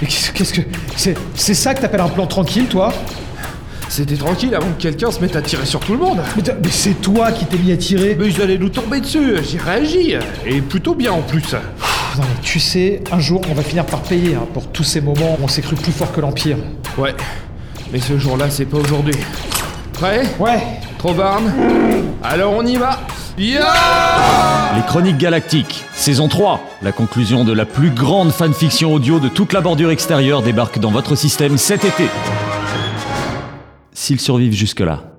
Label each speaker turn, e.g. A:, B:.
A: Mais qu'est-ce qu'est-ce que. C'est, c'est ça que t'appelles un plan tranquille, toi
B: C'était tranquille avant que quelqu'un se mette à tirer sur tout le monde.
A: mais, t'as- mais c'est toi qui t'es mis à tirer
B: Mais ils allaient nous tomber dessus, j'ai réagi, et plutôt bien en plus.
A: Pff, Non, mais tu sais, un jour, on va finir par payer hein, pour tous ces moments où on s'est cru plus fort que l'Empire.
B: Ouais, mais ce jour-là, c'est pas aujourd'hui. Prêt
A: Ouais
B: Trop barne Alors on y va Ya
C: Les Chroniques Galactiques, saison 3, la conclusion de la plus grande fanfiction audio de toute la bordure extérieure débarque dans votre système cet été. S'ils survivent jusque-là.